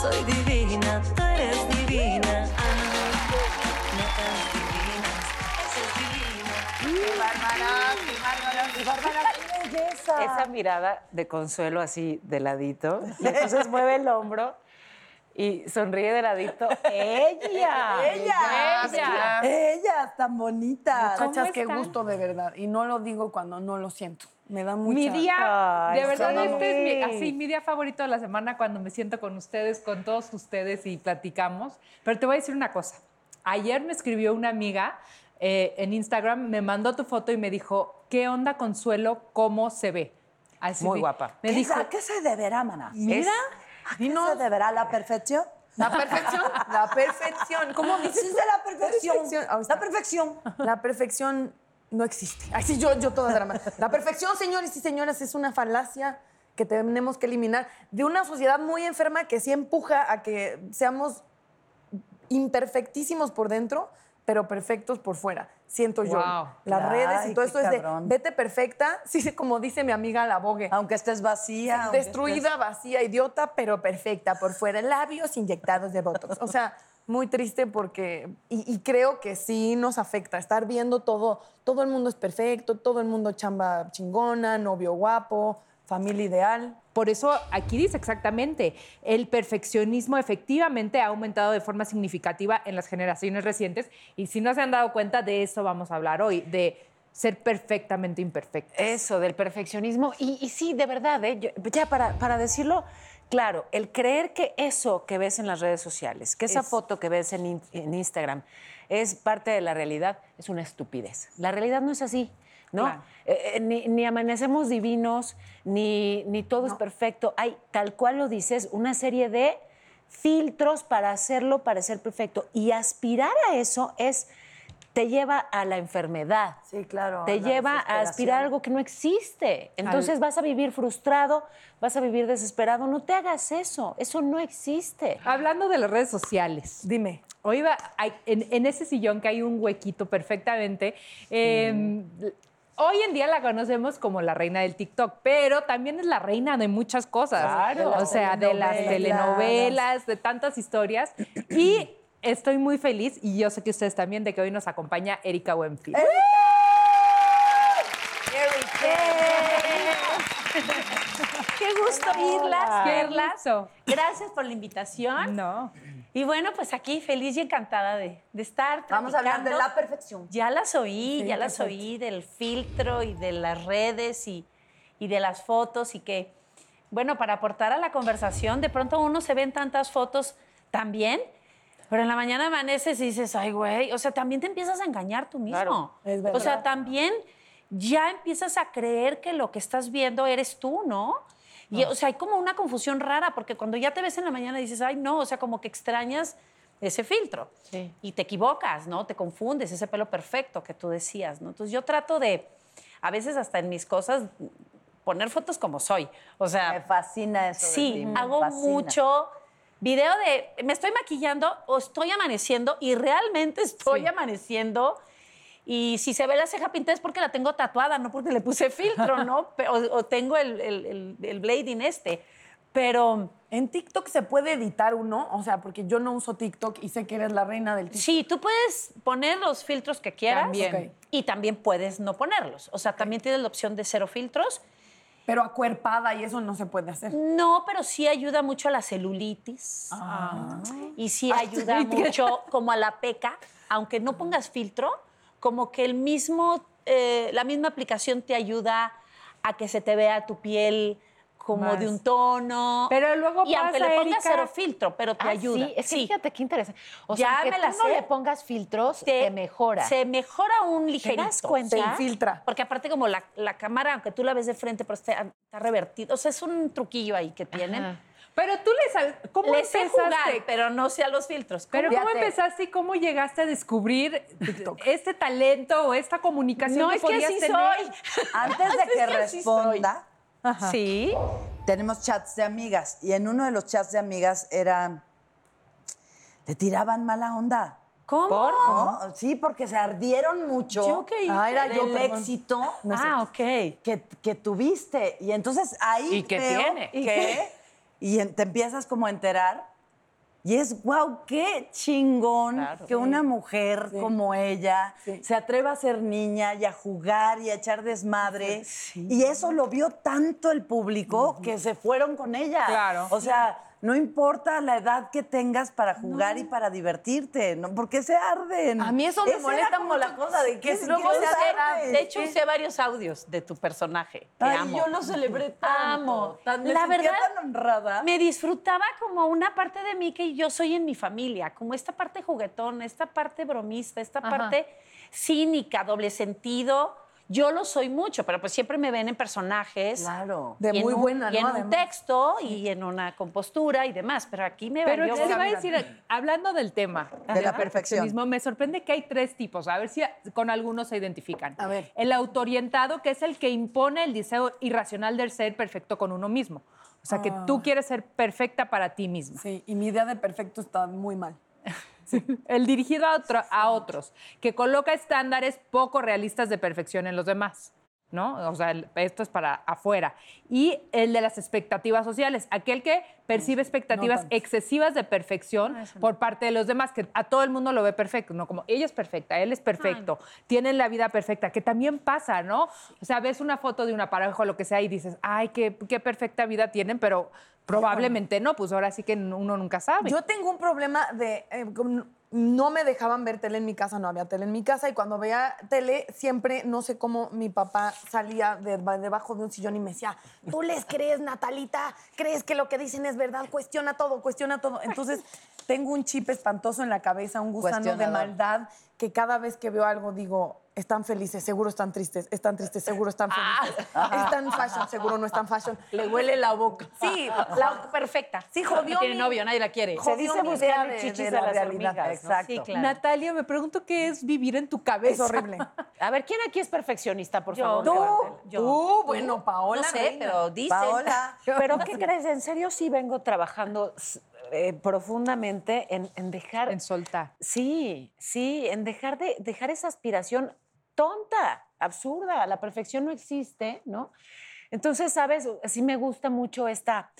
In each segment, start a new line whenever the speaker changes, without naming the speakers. Soy divina, tú eres divina. Ah, netas divinas, eso es divino.
¡Qué bárbara! ¡Qué bárbara! ¡Qué bárbara! ¡Qué belleza!
Esa mirada de consuelo así de ladito, y entonces mueve el hombro y sonríe de ladito. ¡Ella! Ah,
Ellas,
¡Ella!
Ellas tan bonitas.
Muchachas, qué
están?
gusto de verdad. Y no lo digo cuando no lo siento. Me da mucha...
Mi día,
Ay,
de verdad,
sí.
este es mi, así, mi día favorito de la semana cuando me siento con ustedes, con todos ustedes y platicamos. Pero te voy a decir una cosa. Ayer me escribió una amiga eh, en Instagram, me mandó tu foto y me dijo, ¿qué onda Consuelo? ¿Cómo se ve? Así
Muy
me-
guapa.
Me dijo,
¿A qué se deberá, maná?
mira,
¿A qué se deberá la perfección?
La perfección. La perfección. ¿Cómo dices?
Existe la perfección.
Perfección.
La perfección.
La perfección no existe. Así yo, yo toda drama. La perfección, señores y señoras, es una falacia que tenemos que eliminar de una sociedad muy enferma que sí empuja a que seamos imperfectísimos por dentro, pero perfectos por fuera. Siento yo.
Wow.
Las
Ay,
redes y todo
qué
esto es de
cabrón.
vete perfecta, sí, como dice mi amiga la Vogue.
Aunque estés vacía. aunque
Destruida, vacía, idiota, pero perfecta por fuera. Labios inyectados de botox. O sea, muy triste porque. Y, y creo que sí nos afecta estar viendo todo. Todo el mundo es perfecto, todo el mundo chamba chingona, novio guapo, familia ideal.
Por eso aquí dice exactamente, el perfeccionismo efectivamente ha aumentado de forma significativa en las generaciones recientes y si no se han dado cuenta de eso vamos a hablar hoy, de ser perfectamente imperfecto.
Eso, del perfeccionismo. Y, y sí, de verdad, ¿eh? Yo- ya para, para decirlo claro, el creer que eso que ves en las redes sociales, que esa
Es-
foto que ves en, in- en Instagram es parte de la realidad, es una estupidez. La realidad no es así. ¿No?
Claro.
Eh, eh, ni, ni amanecemos divinos, ni, ni todo es perfecto. Hay, tal cual lo dices, una serie de filtros para hacerlo parecer perfecto. Y aspirar a eso es, te lleva a la enfermedad
Sí, claro.
te
la
lleva a aspirar a
desesperación.
algo que no existe. Entonces
Al-
vas a vivir frustrado, vas a vivir desesperado. No te hagas eso, eso no existe.
Hablando de las redes sociales,
Dime.
hoy va hay- en, en ese sillón que hay un huequito perfectamente. eh,
Mm.
Hoy en día la conocemos como la reina del TikTok, pero también es la reina de muchas cosas.
Claro.
O sea, de las telenovelas, de tantas historias. Y estoy muy feliz, y yo sé que ustedes también, de que hoy nos acompaña
Eh,
Erika Buenfield.
Qué gusto irlas,
Qué
verlas.
gusto.
Gracias por la invitación.
No.
Y bueno, pues aquí feliz y encantada de, de estar.
Vamos a hablar de
platicando.
la perfección.
Ya las oí, ya las oí del filtro y de las redes y, y de las fotos y que, bueno, para aportar a la conversación, de pronto uno se ven tantas fotos también, pero en la mañana amaneces y dices, ay, güey, o sea, también te empiezas a engañar tú mismo.
es verdad.
O sea, también ya empiezas a creer que lo que estás viendo eres tú, ¿no? Y, O sea, hay como una confusión rara, porque cuando ya te ves en la mañana dices, ay, no, o sea, como que extrañas ese filtro. Y te equivocas, ¿no? Te confundes, ese pelo perfecto que tú decías, ¿no? Entonces yo trato de, a veces hasta en mis cosas, poner fotos como soy. O
Ah, Me
sea,
fascina eso. de ti,
sí,
me
hago
fascina.
mucho video de, me estoy maquillando o estoy amaneciendo y realmente estoy amaneciendo. Y si se ve la ceja pintada es porque la tengo tatuada, no porque le puse filtro, ¿no? Pe- O, o tengo el, el, el, el blading este. Pero...
En TikTok se puede editar uno, o sea, porque yo no uso TikTok y sé que eres la reina del TikTok.
Sí, tú puedes poner los filtros que quieras
También.
Ok.
y también puedes no ponerlos. O sea, también tienes la opción de cero filtros.
Pero acuerpada y eso no se puede hacer.
No, pero sí ayuda mucho a la celulitis.
Ah.
Y sí ayuda mucho como a la peca. Aunque no pongas filtro, como que el mismo, eh, la misma aplicación te ayuda a que se te vea tu piel como
Más.
de un tono.
Pero luego
y aunque
pasa,
le pongas
Erika-
cero filtro, pero te
Ah,
ayuda.
Sí, es que
Sí.
fíjate qué interesante. O
Ya
sea, que
me
tú
la
no
sé.
le pongas filtros, te, mejora.
Se mejora un ligerito.
das cuenta?
Se infiltra.
Porque aparte como la, la cámara, aunque tú la ves de frente, pero está, está revertido. O sea, es un truquillo ahí que tienen.
Ajá.
Pero tú les, al- ¿cómo
Les sé
empezaste?
jugar, pero no sé a los filtros.
Pero
¿Cómo?
¿cómo empezaste y cómo llegaste a descubrir este talento o esta comunicación
No,
que
es que
podías
así
tener?
soy. Ah,
Antes de que responda,
Sí.
tenemos chats de amigas. Y en uno de los chats de amigas era. Te tiraban mala onda.
¿Cómo?
¿no? Sí, porque se ardieron mucho.
¿Yo qué hice?
Ah, era
Del
yo, perdón.
éxito.
No es
ah, ok.
que, que tuviste. Y entonces ahí
¿Y qué
veo
tiene?
que- y en- te empiezas como a enterar Y es, wow, qué chingón que una mujer como ella se atreva a ser niña y a jugar y a echar desmadre. Y eso lo vio tanto el público que se fueron con ella.
Claro.
O sea, no importa la edad que tengas para jugar y para divertirte, ¿no? ¿Por qué se arden?
A mí eso me
Esa era
molesta
como la
mucho.
cosa de que
Que luego
se
se
arden.
eh, De hecho, usé varios audios de tu personaje. Te
eh. Ay,
amo.
yo lo celebré tanto.
Amo.
Tan, me
La
sentía
verdad,
tan honrada.
Me disfrutaba como una parte de mí que yo soy en mi familia, como esta parte juguetón, esta parte bromista, esta parte cínica, doble sentido. Yo lo soy mucho, pero pues siempre me ven en personajes.
Claro.
De
y en
muy
un-
buena,
Y en
¿no?
un
Además.
texto y en una compostura y demás, pero aquí me
Pero
valió
te iba a
gorro.
decir, hablando del tema
De la
del
perfección.
perfeccionismo, me sorprende que hay tres tipos. A ver si con algunos se identifican.
A ver.
El autoorientado, que es el que impone el deseo irracional del ser perfecto con uno mismo. O sea,
Ah.
que tú quieres ser perfecta para ti misma.
Sí, y mi idea de perfecto está muy mal.
El dirigido a, otro- a otros, que coloca estándares poco realistas de perfección en los demás. ¿No? O sea, el- esto es para afuera. Y el de las expectativas sociales, aquel que percibe expectativas
tanto. Ah,
excesivas de perfección por parte de los demás, que a todo el mundo lo ve perfecto, ¿no? Como ella es perfecta, él es perfecto, tienen la vida perfecta, que también pasa, ¿no? O sea, ves una foto de una pareja o lo que sea y dices, ay, qué, qué perfecta vida tienen, pero probablemente no, pues ahora sí que uno nunca sabe.
Yo tengo un problema de. eh, con- no me dejaban ver tele en mi casa, no había tele en mi casa. Y cuando veía tele, siempre no sé cómo mi papá salía de- debajo de un sillón y me decía: ¿Tú les crees, Natalita? ¿Crees que lo que dicen es verdad? Cuestiona todo, cuestiona todo. Entonces, tengo un chip espantoso en la cabeza, un gusano de
Cuestionador.
maldad, que cada vez que veo algo digo. Están felices, seguro están tristes, están tristes, seguro están felices. Están fashion, seguro no están fashion. Ah. Le huele la boca. Sí,
La perfecta.
Sí, jodió
Tiene
mi-
novio, nadie la quiere.
jodió mi idea de- de la realidad,
exacto.
Sí, claro.
Natalia, me pregunto qué es vivir en tu
Es
cabeza.
horrible.
A ver, ¿quién aquí es perfeccionista, por
Yo.
favor?
Tú.
Levántela.
Yo.
Uh, bueno, Paola.
No sé,
reina.
pero dicen.
Paola.
¿Pero qué crees? En serio sí vengo trabajando s- eh, profundamente en, en dejar...
En soltar.
Sí, sí, en dejar, de, dejar esa aspiración tonta, absurda. La perfección no existe, ¿no? Entonces, ¿sabes? Sí me gusta mucho esta,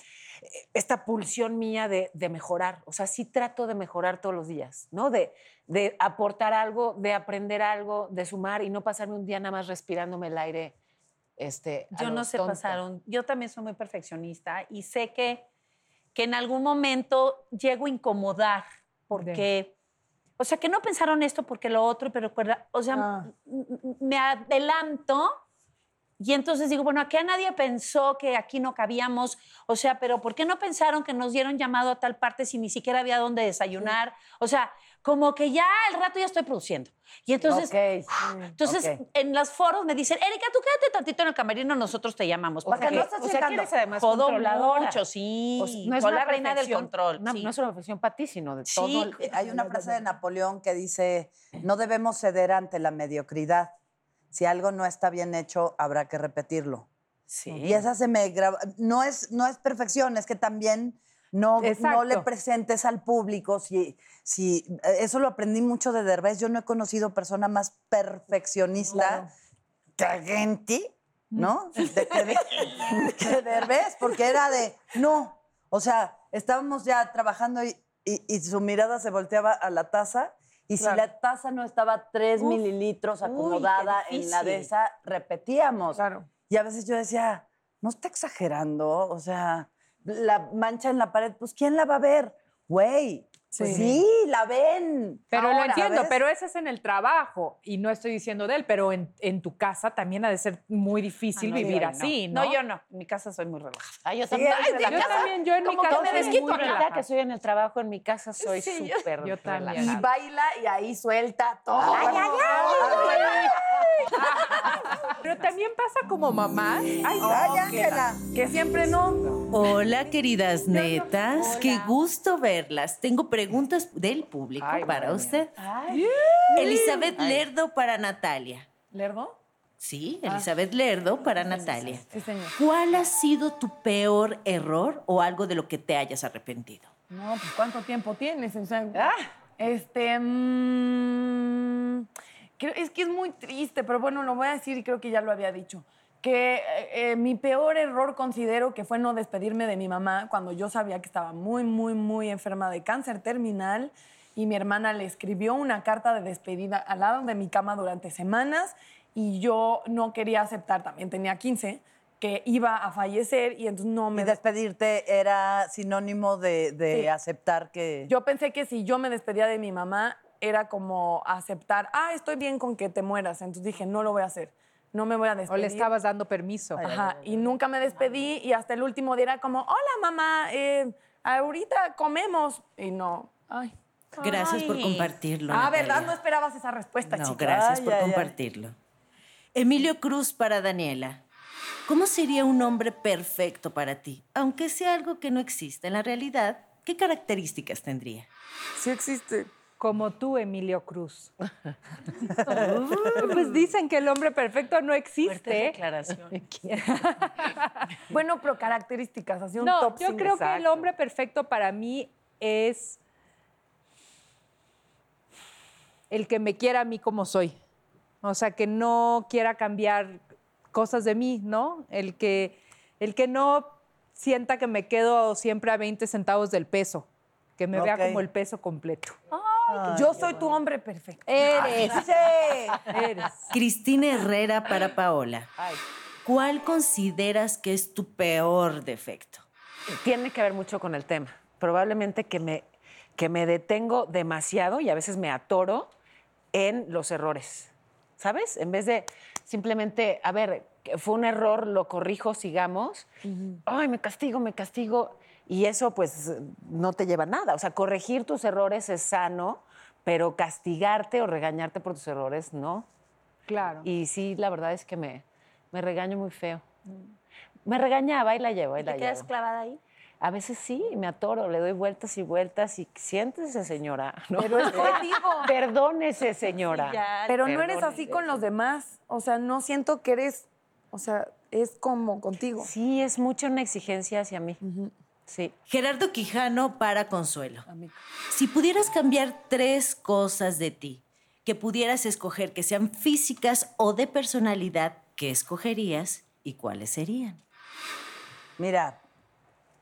esta pulsión mía de, de mejorar. O sea, sí trato de mejorar todos los días, ¿no? De, de aportar algo, de aprender algo, de sumar y no pasarme un día nada más respirándome el aire. Este, a
Yo
lo
no sé
tonto.
pasar un- Yo también soy muy perfeccionista y sé que, que en algún momento llego a incomodar porque. O sea, que no pensaron esto porque lo otro, pero recuerda, o sea,
Ah.
m- m- me adelanto y entonces digo, bueno, aquí a nadie pensó que aquí no cabíamos, o sea, pero ¿por qué no pensaron que nos dieron llamado a tal parte si ni siquiera había dónde desayunar? O sea, como que ya al rato ya estoy produciendo. Y entonces,
Ok,
entonces
ok.
en los foros me dicen, Erika, tú quédate tantito en el camerino, nosotros te llamamos.
O sea,
Porque
que- o sea, que eres además
Jodo
controladora.
mucho, sí.
O sea,
Soy la reina del
perfección,
control.
No,
sí.
no es una perfección para ti, sino de
Sí,
todo. el-
eh, Hay una frase de Napoleón que dice, no debemos ceder ante la mediocridad. Si algo no está bien hecho, habrá que repetirlo. Y esa se me graba. No es, no es perfección, es que también no, no
Exacto.
le presentes al público. Si, si, eh, eso lo aprendí mucho de Derbez. Yo no he conocido persona más perfeccionista que Genti, ¿no? De- de- que Derbez, porque era de, no. O sea, estábamos ya trabajando y, y- y su mirada se volteaba a la taza. Y si la taza no estaba 3 mililitros acomodada en la de
difícil.
esa, repetíamos.
Claro.
Y a veces yo decía, no está exagerando, o sea, la mancha en la pared, pues ¿quién la va a ver? Güey, pues, sí,
Sí.
la ven.
Pero lo
Ahora,
entiendo,
¿sabes?
pero ese es en el trabajo. Y no estoy diciendo de él, pero en, en tu casa también ha de ser muy difícil vivir así, ¿no?
Ah, No, yo no. En mi casa soy muy relajada.
Ah, yo
Sí,
también.
eres
Ay,
de
sí,
la
Yo
casa.
también, yo en mi
como que
casa
me
soy
desquito
muy
acá.
relajada.
que soy en el trabajo, en mi casa soy súper
Yo también.
relajada.
Y baila y ahí suelta todo.
Pero también pasa como mamás. Ay,
Ay, Ángela.
Que siempre no.
Hola, queridas netas. Qué gusto verlas. Tengo preguntas del público para usted. Elizabeth Lerdo para Natalia.
¿Lerdo?
Sí, Elizabeth Lerdo para Natalia. ¿Cuál ha sido tu peor error o algo de lo que te hayas arrepentido?
No, pues ¿cuánto tiempo tienes? O sea, Este. mm, creo- es que es muy triste, pero bueno, lo voy a decir y creo que ya lo había dicho. que eh, eh, mi peor error considero que fue no despedirme de mi mamá cuando yo sabía que estaba muy, muy, muy enferma de cáncer terminal y mi hermana le escribió una carta de despedida al lado de mi cama durante semanas y yo no quería aceptar, también tenía 15, que iba a fallecer y entonces no me...
Y despedirte era sinónimo de, de
Sí.
aceptar que.
Yo pensé que si yo me despedía de mi mamá era como aceptar, ah, estoy bien con que te mueras, entonces dije, no lo voy a hacer, no me voy a
O
despedir.
le estabas dando permiso.
Ajá, y nunca me despedí y hasta el último día era como, hola mamá, eh, ahorita comemos. Y no, ay.
Gracias por
Ay.
compartirlo.
ah,
Natalia.
¿verdad? No esperabas esa respuesta,
No,
chica.
gracias
Ay,
por
ay, ay.
compartirlo. Emilio Cruz para Daniela. ¿Cómo sería un hombre perfecto para ti? Aunque sea algo que no existe en la realidad, ¿qué características tendría?
Sí existe.
Como tú, Emilio Cruz. pues dicen que el hombre perfecto no existe.
Bueno, pero características, así un
no,
top
yo
cinco.
creo que el hombre perfecto para mí es el que me quiera a mí como soy. O sea, que no quiera cambiar cosas de mí, ¿no? El que, el que no sienta que me quedo siempre a 20 centavos del peso, que me
Ok.
vea como el peso completo.
Yo soy tu hombre perfecto.
Eres,
Sí.
eres.
Cristina Herrera para Paola. ¿Cuál consideras que es tu peor defecto?
Tiene que ver mucho con el tema. Probablemente que me, que me detengo demasiado y a veces me atoro en los errores. ¿Sabes? En vez de simplemente, a ver, que fue un error, lo corrijo, sigamos. Ay, me castigo, me castigo. Y eso pues no te lleva a nada. O sea, corregir tus errores es sano, pero castigarte o regañarte por tus errores no.
Claro.
Y sí, la verdad es que me, me regaño muy feo. Me regañaba y la llevo, y la
¿Te quedas
llevo.
clavada ahí?
A veces sí, me atoro, le doy vueltas y vueltas y siéntese, señora. ¿no?
Pero es contigo.
Perdónese, señora.
Pero no eres así
Perdónese.
con los demás. O sea, no siento que eres, o sea, es como contigo.
Sí, es mucho una exigencia hacia mí. Sí.
Gerardo Quijano para Consuelo. Si pudieras cambiar tres cosas de ti, que pudieras escoger que sean físicas o de personalidad, ¿qué escogerías y cuáles serían?
Mira,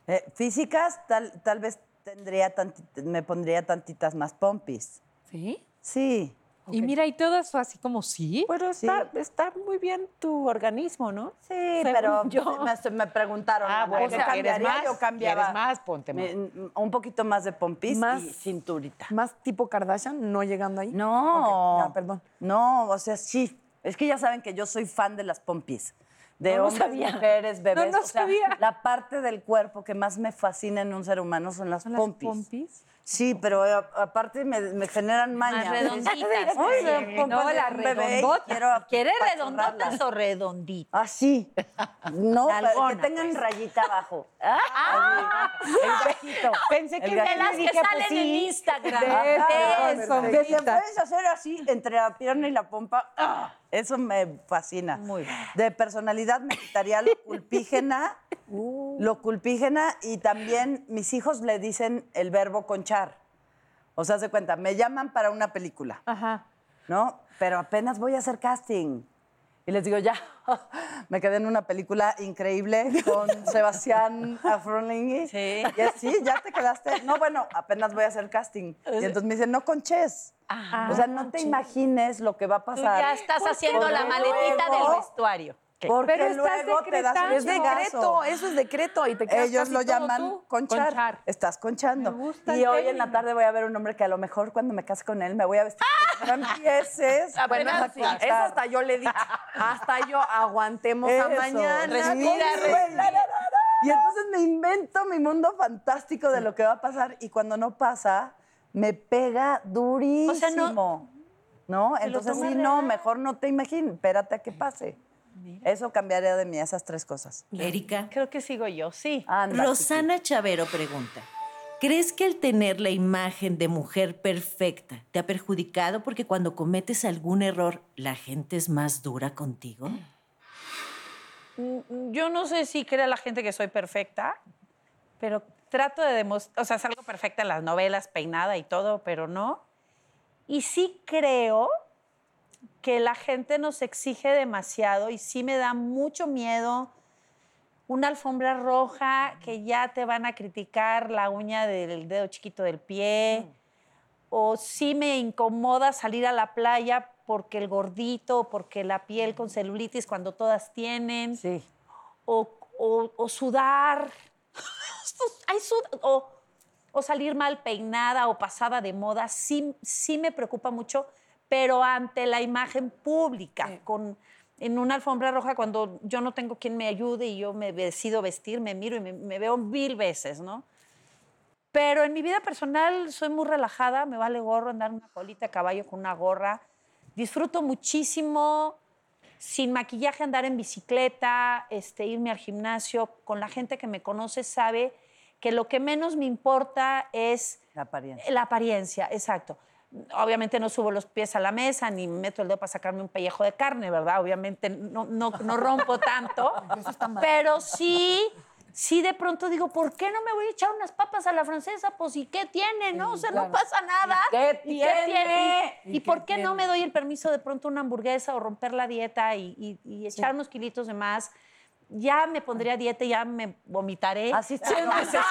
eh, físicas, tal, tal vez tendría tanti- me pondría tantitas más pompis.
¿Sí?
Sí.
Y mira, y todas así como sí.
Pero
Sí.
está, está muy bien tu organismo, ¿no?
Sí, pero
yo.
Me, se me preguntaron.
Ah,
Ana,
bueno,
¿qué
¿quieres
cambiaría?
más?
Yo cambiaba.
¿Quieres más? Ponte más.
Me- m- un poquito más de pompis
Más-
y cinturita.
Más tipo Kardashian, no llegando ahí.
No.
Ok, ya, perdón.
No, o sea, sí. Es que ya saben que yo soy fan de las pompis. De
No, no
hombres,
sabía.
mujeres, bebés.
No, no
o sea,
sabía.
La parte del cuerpo que más me fascina en un ser humano son las,
Las
pompis.
pompis.
Sí, pero eh, aparte me, me generan maña.
redonditas,
Ay, la
sí.
pompa
No,
de
la
un bebé y
redondota.
quiero
¿Quieres
apachurrarla.
redondotas o redonditas?
Así. No, pero
Nalgona,
que tengan
pues.
rayita abajo. Así, el gajito.
¡Ah! Pensé
El
que
gajito.
De las que
dije, pues,
salen en
sí.
Instagram.
Ajá,
Eso,
perfecto. Que te
Rita.
puedes hacer así entre la pierna y la pompa. ¡Ah! Eso me fascina.
Muy bien.
De personalidad me quitaría lo culpígena, lo culpígena y también mis hijos le dicen el verbo conchar. O sea, se cuenta, me llaman para una película,
Ajá.
¿no? Pero apenas voy a hacer casting. Y les digo, ya, me quedé en una película increíble con Sebastián Afronlingui. Sí. Y así, ya te quedaste. No, bueno, apenas voy a hacer casting. Y entonces me dicen, no conches. o sea, no te imagines lo que va a
Ah, Tú
pasar.
ya estás haciendo la
Porque
maletita
luego-
del vestuario.
Porque
Pero estás
luego te das un
decretando.
Es decreto,
chingazo.
eso es decreto. Y te quedas
Ellos
casi
lo
todo
llaman
tú.
conchar.
Conchar.
Estás conchando.
Me gusta
Y
el
hoy en la
término.
tarde voy a ver un hombre que a lo mejor cuando me case con él me voy a vestir. No empieces.
Bueno,
a
sí, eso
conchar.
hasta yo le dije. Hasta yo aguantemos a
Eso,
mañana.
respira,
Sí,
respira. Y entonces me invento mi mundo fantástico de lo que va a pasar y cuando no pasa, me pega durísimo. no, entonces sí, no, mejor no te imagines, espérate a que pase. Eso cambiaría de mí, esas tres cosas.
Erika.
Creo que sigo yo, sí.
Anda,
Rosana Chavero pregunta. ¿Crees que el tener la imagen de mujer perfecta te ha perjudicado porque cuando cometes algún error la gente es más dura contigo?
Mm, Yo no sé si cree la gente que soy perfecta, pero trato de demostrar, o sea, salgo perfecta en las novelas, peinada y todo, pero no. Y sí creo que la gente nos exige demasiado y sí me da mucho miedo una alfombra roja que ya te van a criticar la uña del dedo chiquito del pie. O sí me incomoda salir a la playa porque el gordito, porque la piel con celulitis cuando todas tienen.
Sí.
O, o- o sudar. Hay sud- o, o salir mal peinada o pasada de moda. Sí, sí me preocupa mucho, pero ante la imagen pública, con, en una alfombra roja, cuando yo no tengo quien me ayude y yo me decido vestir, me miro y me, me veo mil veces, ¿no? Pero en mi vida personal soy muy relajada, me vale gorro andar una colita a caballo con una gorra. Disfruto muchísimo sin maquillaje andar en bicicleta, este, irme al gimnasio. Con la gente que me conoce sabe que lo que menos me importa es
La apariencia.
la apariencia, exacto. Obviamente no subo los pies a la mesa ni meto el dedo para sacarme un pellejo de carne, ¿verdad? Obviamente no, no, no rompo tanto. pero sí, sí de pronto digo, ¿por qué no me voy a echar unas papas a la francesa? Pues ¿y qué tiene? ¿No? O sea, no pasa nada.
¿Y qué
¿Y
tiene?
¿Y, y por qué no me doy el permiso de pronto una hamburguesa o romper la dieta y, y- y echar unos kilitos de más? Ya me pondría a dieta, ya me vomitaré.
Así sí es necesario.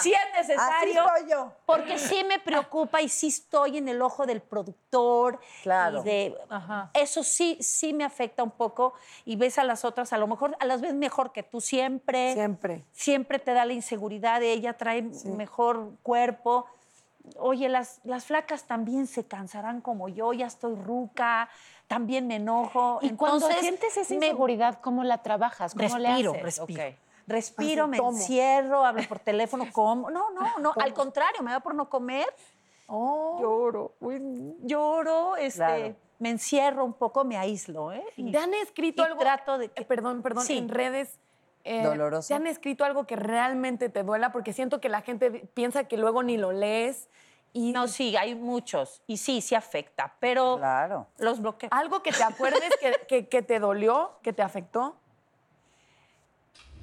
Si es necesario.
Así soy yo.
Porque sí me preocupa y sí estoy en el ojo del productor.
Claro.
y de- Eso sí, sí me afecta un poco. Y ves a las otras, a lo mejor, a las ves mejor que tú siempre.
Siempre.
Siempre te da la inseguridad de ella, trae mejor cuerpo. Oye, las, las flacas también se cansarán como yo, ya estoy ruca, también me enojo.
Y cuando sientes esa
me-
inseguridad, ¿cómo la trabajas? ¿Cómo
Respiro,
le haces?
respiro.
Ok.
Respiro, me encierro, hablo por teléfono, como. No, no, no, al contrario, me da por no comer.
Oh. Lloro.
Lloro, este,
Claro.
me encierro un poco, me aíslo, ¿eh? Y-
¿Te han escrito
y
algo?
trato de que-
eh, Perdón, perdón,
Sí.
en redes. eh,
Doloroso.
¿Te han escrito algo que realmente te duela? Porque siento que la gente vi- piensa que luego ni lo lees. Y
No, sí, hay muchos. Y sí, sí afecta, pero
Claro.
los bloqueo.
algo que te acuerdes que, que- que te dolió, que te afectó.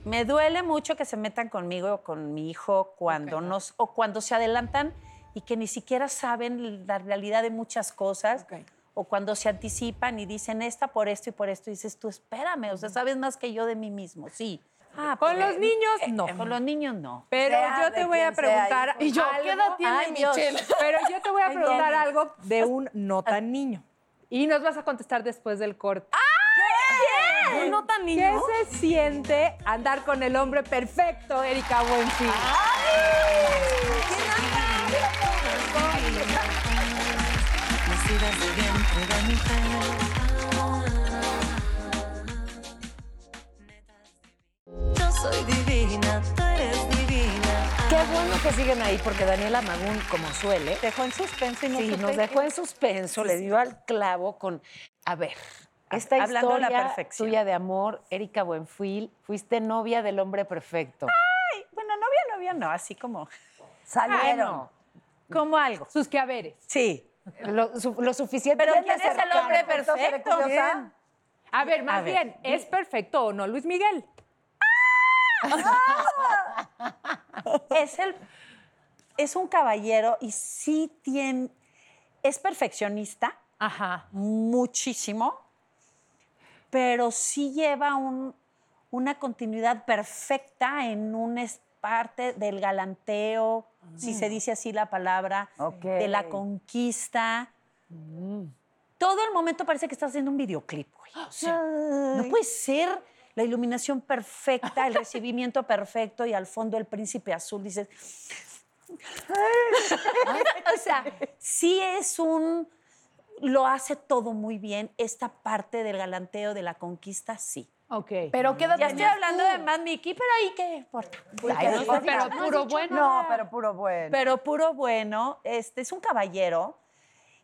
Me duele mucho que se metan conmigo o con mi hijo cuando nos o cuando se adelantan y que ni siquiera saben la realidad de muchas cosas
Ok.
o cuando se anticipan y dicen esta por esto y por esto y dices tú espérame, o sea, sabes más que yo de mí mismo, sí. Ah,
Con
pero-
los niños, no.
Con los niños no.
Pero
Sea
yo
de
te voy a
quien sea,
preguntar.
hijo.
¿Y yo
¿qué edad tiene Michelle?
Pero yo te voy a
Ay, no.
preguntar algo de un no tan niño. Y nos vas a contestar después del corte.
Un No tan niño.
¿Qué se siente andar con el hombre perfecto, Erika Buenfil?
Nacidas del vientre de mi fe. Yo soy divina, tú eres divina.
Qué bueno que siguen ahí, porque Daniela Magún, como suele,
Dejó en suspenso y no
sí,
supe
nos dejó en suspenso, le dio al clavo con. A ver, esta
hablando de la
historia
perfección.
tuya de amor, Erika Buenfil, fuiste novia del hombre perfecto.
Ay, bueno, novia, novia no, así como
Salieron.
como algo.
Sus quehaceres.
Sí.
Lo, su- lo suficiente.
Pero
¿Quién
¿quién
te
es el
acercaron?
hombre perfecto?
Curiosa.
A ver, más bien, ¿es perfecto o no Luis Miguel?
es el es un caballero y sí tiene es perfeccionista
Ajá.
muchísimo pero sí lleva un- una continuidad perfecta en una es- parte del galanteo si se dice así la palabra
Ok.
de la conquista todo el momento parece que estás haciendo un videoclip güey. O sea, no puede ser la iluminación perfecta, el recibimiento perfecto y al fondo el príncipe azul. Dices. o sea, sí es un. Lo hace todo muy bien. Esta parte del galanteo, de la conquista, sí.
Ok.
Pero qué edad
Ya estoy
tenías
hablando
tú?
de Mad Mickey, pero ahí qué importa.
Ay,
no,
no,
pero puro bueno.
No, pero puro bueno.
Pero puro bueno, este es un caballero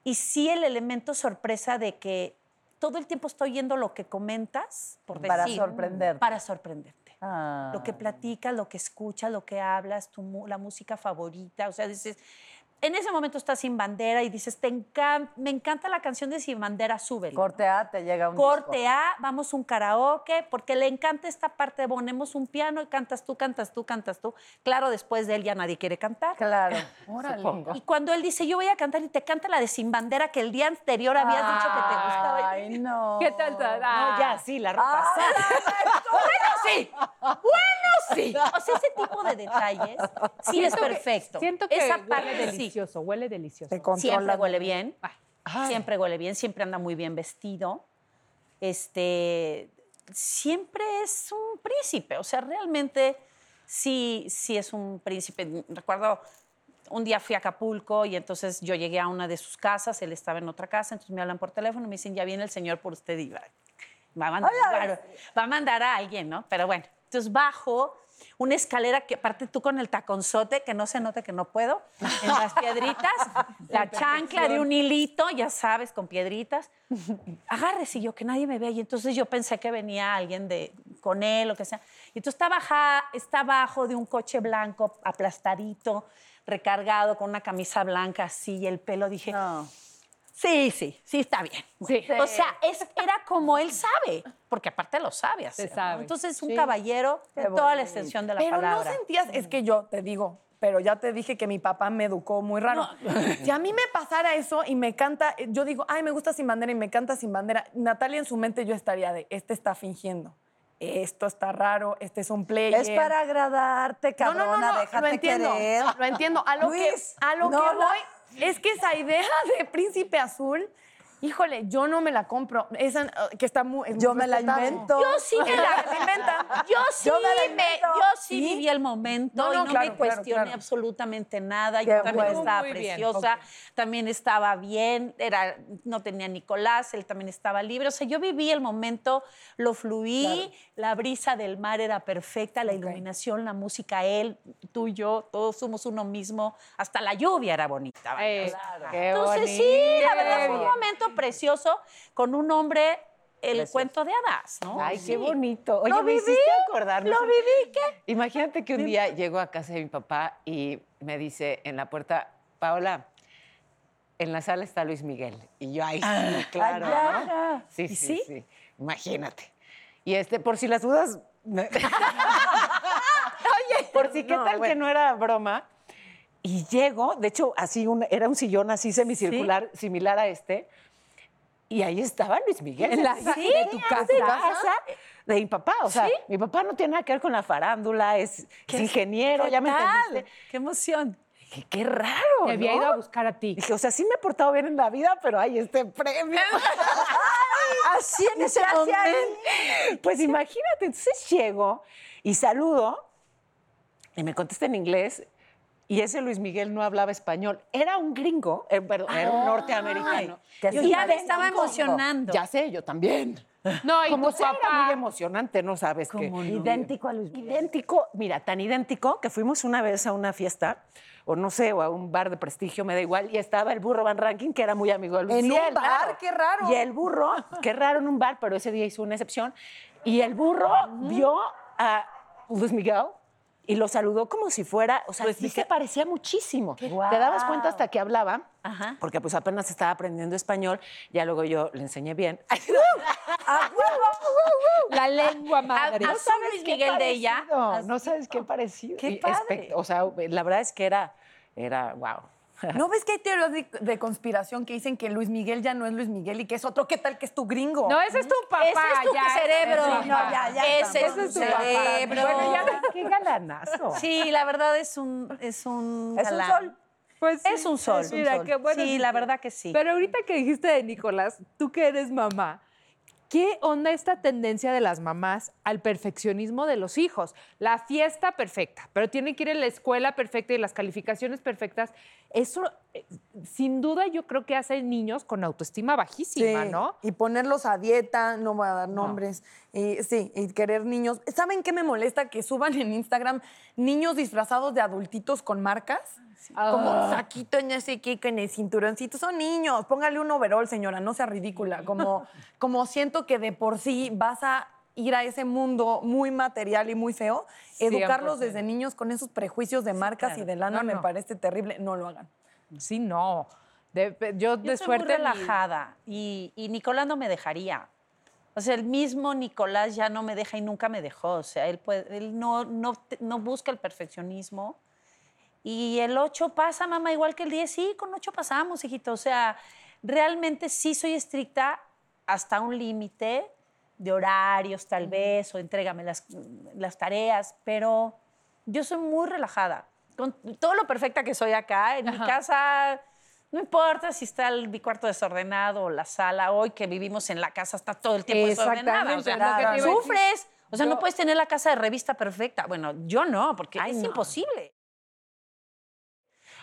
y sí el elemento sorpresa de que todo el tiempo estoy oyendo lo que comentas por
Para
decir,
sorprenderte.
Para sorprenderte.
Ah.
Lo que platicas, lo que escuchas, lo que hablas, tu, mu- la música favorita. O sea, dices, en ese momento estás sin bandera y dices, te encan- me encanta la canción de Sin Bandera, súbelo. ¿no?
Corte A, te llega un
Corte
disco.
A, vamos a un karaoke, porque le encanta esta parte, ponemos un piano y cantas tú, cantas tú, cantas tú. Claro, después de él ya nadie quiere cantar.
Claro.
Órale.
Y cuando él dice, yo voy a cantar y te canta la de Sin Bandera que el día anterior habías dicho que te gustaba. Y-
Ay, no.
¿Qué tal? Ah,
No, ya, sí, la ropa.
Ah,
Bueno, sí. Bueno, sí. O sea, ese tipo de detalles sí es
Siento que-
perfecto.
Siento que
Esa
huele
parte sí.
delicioso, huele delicioso.
Siempre huele bien.
Ay.
Siempre huele bien, siempre anda muy bien vestido. Este, siempre es un príncipe, o sea, realmente sí, sí es un príncipe. Recuerdo un día fui a Acapulco y entonces yo llegué a una de sus casas, él estaba en otra casa, entonces me hablan por teléfono y me dicen, ya viene el señor por usted y va, va a mandar, claro, va a, mandar a alguien, ¿no? Pero bueno, entonces bajo una escalera que aparte tú con el taconzote, que no se note que no puedo, en las piedritas, la chancla de un hilito, ya sabes, con piedritas, agárrese y yo que nadie me vea y entonces yo pensé que venía alguien de con él o que sea y entonces está baja está abajo de un coche blanco aplastadito recargado con una camisa blanca así y el pelo dije
No.
sí sí sí está bien
Sí.
o sea es, era como él sabe porque aparte lo sabe hacer, ¿no?
sabe.
entonces un caballero de toda la extensión de la
pero
palabra
no sentías, es que yo te digo, pero ya te dije que mi papá me educó muy raro. Si a mí me pasara eso y me canta, eh, yo digo, ay, me gusta sin bandera y me canta sin bandera, Natalia en su mente yo estaría de, este está fingiendo, esto está raro, este es un player.
Es para agradarte,
No, no,
cabrona,
no, no,
déjate
lo entiendo, Ah,
querer.
lo entiendo. A lo
Luis,
que, a lo
no,
que
no.
voy es que esa idea de príncipe azul, híjole, yo no me la compro. Esa eh, que está muy, es muy
Yo me la
respetable.
invento.
Yo sí me la inventa. Yo sí,
Yo me la
me,
invento.
yo sí viví el momento
No,
y
no,
no
claro, claro,
me cuestioné
claro.
absolutamente nada.
Qué
Yo también
bueno.
estaba
Muy bien,
preciosa, también estaba bien, era, no tenía Nicolás, él también estaba libre. O sea, yo viví el momento, lo fluí, la brisa del mar era perfecta, la iluminación, la música, él, tú y yo, todos somos uno mismo, hasta la lluvia era bonita. vaya, o
Eh,
sea,
qué
entonces, sí, la verdad fue un momento precioso con un hombre, el cuento de hadas, ¿no?
Ay,
Sí.
qué bonito. Oye,
Lo
me
viví,
hiciste acordar. no
Lo
sé-
viví, ¿qué?
Imagínate que un día llego a casa de mi papá y me dice en la puerta, Paola, en la sala está Luis Miguel. Y yo, ahí
Ah,
sí, claro, ¿no? Sí, sí, sí, Imagínate. Y este, por si las dudas... me- por si qué tal que no era broma. Y llego, de hecho, así un- era un sillón así semicircular, similar a este. Y ahí estaba Luis Miguel. En la de tu casa. de mi papá. O sea, mi papá no tiene nada que ver con la farándula, es, es ingeniero, ya me entendiste.
Qué emoción.
Dije, qué raro,
Te había ido
¿no?
a buscar a ti.
Dije, o sea, sí me he portado bien en la vida, pero hay este premio.
Así en ese momento.
Pues imagínate, entonces llego y saludo y me contesta en inglés y ese Luis Miguel no hablaba español. Era un gringo, eh, perdón, era un norteamericano.
que
Yo
sí
dije,
Ya me
ven,
estaba
incómodo.
emocionando.
ya sé, yo también.
No, y
Como
tu
sea, era
papá.
muy emocionante, no sabes qué.
Idéntico a Luis Miguel.
Idéntico, mira, tan idéntico que fuimos una vez a una fiesta, o no sé, o a un bar de prestigio, me da igual, y estaba el burro Van Ranking, que era muy amigo de Luis
En un
Miguel.
bar, qué raro.
Y el burro, qué raro en un bar, pero ese día hizo una excepción, y el burro vio a Luis Miguel y lo saludó como si fuera, o sea,
Pues
sí se parecía muchísimo. Te dabas cuenta hasta que hablaba,
Ajá.
porque pues apenas estaba aprendiendo español, ya luego yo le enseñé bien.
Ah,
La lengua madre.
Ah, ah, Azul Luis Miguel de ella.
parecido, No sabes qué parecido.
Qué
Y
padre.
espect- O sea, la verdad es que era, era, wow.
¿No ves que hay teorías de, de conspiración que dicen que Luis Miguel ya no es Luis Miguel y que es otro? ¿Qué tal que es tu gringo?
No, ese es tu papá.
Ese es tu
ya,
cerebro.
ese es tu
No,
papá.
ya, ya.
Ese es
Ese
tu
es tu papá.
cerebro.
Bueno, ya, qué galanazo.
Sí, la verdad es un es un
Es un
galán.
sol.
Pues sí,
Es un sol.
pues Mira, qué bueno.
Sí, la verdad que sí.
Pero ahorita que dijiste de Nicolás, tú que eres mamá, ¿qué onda esta tendencia de las mamás al perfeccionismo de los hijos? La fiesta perfecta, pero tiene que ir a la escuela perfecta y las calificaciones perfectas. Eso, eh, sin duda, yo creo que hace niños con autoestima bajísima,
Sí,
¿no?
Y ponerlos a dieta, no voy a dar nombres. Y sí, y querer niños. ¿Saben qué me molesta? Que suban en Instagram niños disfrazados de adultitos con marcas.
Ah.
Como saquito, no sé qué, con el cinturoncito. Son niños. Póngale un overall, señora, no sea ridícula. Como, como siento que de por sí vas a ir a ese mundo muy material y muy feo, educarlos
100%.
desde niños con esos prejuicios de marcas y de lana
No,
me
no.
parece terrible. No lo hagan.
Sí, no. De- pe- yo,
Yo
de
soy
suerte.
muy
ni-
relajada y, y Nicolás no me dejaría. O sea, el mismo Nicolás ya no me deja y nunca me dejó. O sea, él, puede- él no, no, te- no busca el perfeccionismo. Y el 8 pasa, mamá, igual que el 10. Sí, con 8 pasamos, hijito. O sea, realmente sí soy estricta hasta un límite de horarios, tal vez, o entrégame las, las tareas, pero yo soy muy relajada. Con todo lo perfecta que soy acá, en mi casa, no importa si está el, mi cuarto desordenado o la sala, hoy que vivimos en la casa está todo el tiempo desordenada. O
Exactamente,
sea,
es lo que te iba a decir.
sufres. O sea, no
Yo-
puedes tener la casa de revista perfecta. Bueno, yo no, porque es imposible.